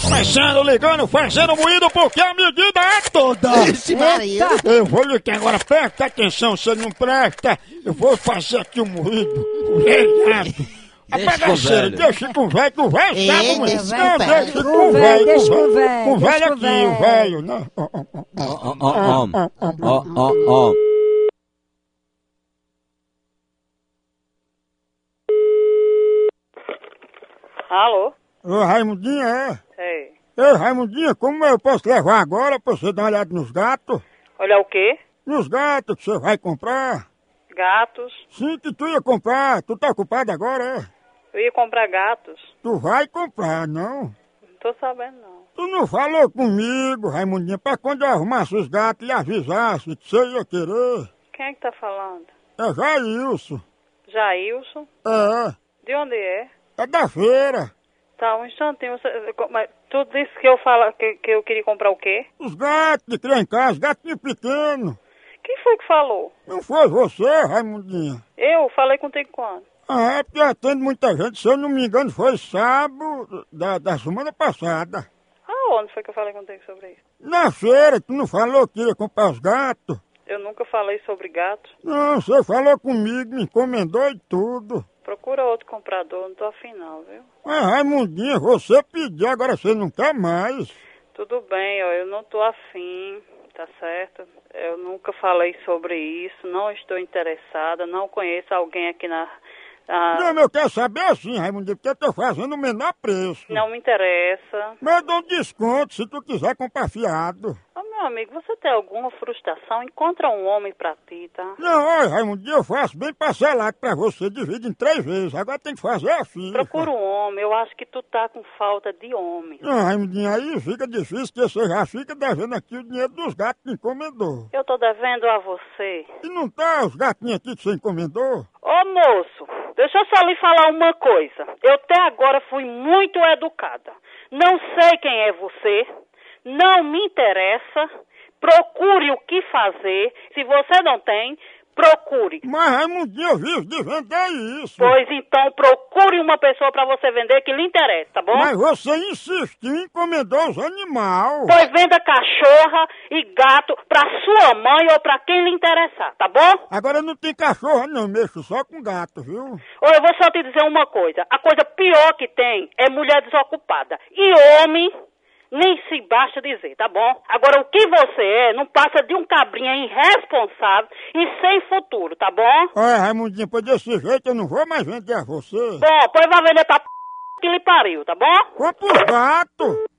conversando, ligando, fazendo moído, porque a medida é toda. Ixi, Maria. Eita. Eu vou ligar agora, presta atenção, você não presta. Eu vou fazer aqui o moído, o regado. A Deixa com o bagaceira, velho. deixa com o velho, que o velho sabe Ei, muito. deixa com o Não, deixa com o velho. velho, Deixa com o velho, com o velho deixa com o aqui, o velho. velho. não. Ó, ó, ó. Ó, ó, ó. Ó, ó, ó. Alô? Ô, Raimundinha, é? É. Ei, Raimundinha, como eu posso levar agora pra você dar uma olhada nos gatos? Olha o quê? Nos gatos que você vai comprar? Gatos. Sim, que tu ia comprar. Tu tá ocupado agora, é? Eu ia comprar gatos. Tu vai comprar, não? Não tô sabendo, não. Tu não falou comigo, Raimundinha, pra quando eu arrumasse os gatos e avisasse que você ia querer. Quem é que tá falando? É Jailson. Jailson? É, De onde é? é da feira. Tá, um instantinho. Você, mas tu disse que eu, fala, que, que eu queria comprar o quê? Os gatos de criar em casa, gatinho pequeno. Quem foi que falou? Não foi você, Raimundinha? Eu falei contigo quando? Ah, é porque atende muita gente, se eu não me engano, foi sábado da, da semana passada. Aonde foi que eu falei contigo sobre isso? Na feira, tu não falou que ia comprar os gatos? Eu nunca falei sobre gatos. Não, você falou comigo, me encomendou e tudo. Procura outro comprador, não tô afim não, viu? Mas Raimundinha, Ah, você pediu, agora você não quer mais. Tudo bem, ó, eu não tô afim, tá certo? Eu nunca falei sobre isso, não estou interessada, não conheço alguém aqui na. na- Não, eu quero saber assim, Raimundinha, porque eu tô fazendo o menor preço. não me interessa. Mas eu dou um desconto se tu quiser comprar fiado. Ô, meu amigo, você tem alguma frustração? Encontra um homem pra ti, tá? Não, olha, Raimundinha, eu faço bem parcelado pra você, divide em três vezes. Agora tem que fazer assim. Procura um homem, eu acho que tu tá com falta de homem. Não, Raimundinho, aí fica difícil, porque você já fica devendo aqui o dinheiro dos gatos que encomendou. Eu tô devendo a você. E não tá os gatinhos aqui que você encomendou? Ô moço, deixa eu só lhe falar uma coisa. Eu até agora fui muito educada. Não sei quem é você, não me interessa. Procure o que fazer. Se você não tem, procure. Mas Raimundinho, eu vivo de vender isso. Pois então, procure uma pessoa pra você vender que lhe interessa, tá bom? Mas você insistiu e encomendou os animais. Pois venda cachorra e gato pra sua mãe ou pra quem lhe interessar, tá bom? Agora não tem cachorro não, mexo só com gato, viu? Ou eu vou só te dizer uma coisa: a coisa pior que tem é mulher desocupada. E homem nem se basta dizer, tá bom? Agora, o que você é não passa de um cabrinha irresponsável e sem futuro, tá bom? Olha, Raimundinho, pois desse jeito eu não vou mais vender a você. Bom, pois vai vender pra p que lhe pariu, tá bom? Compra os gatos.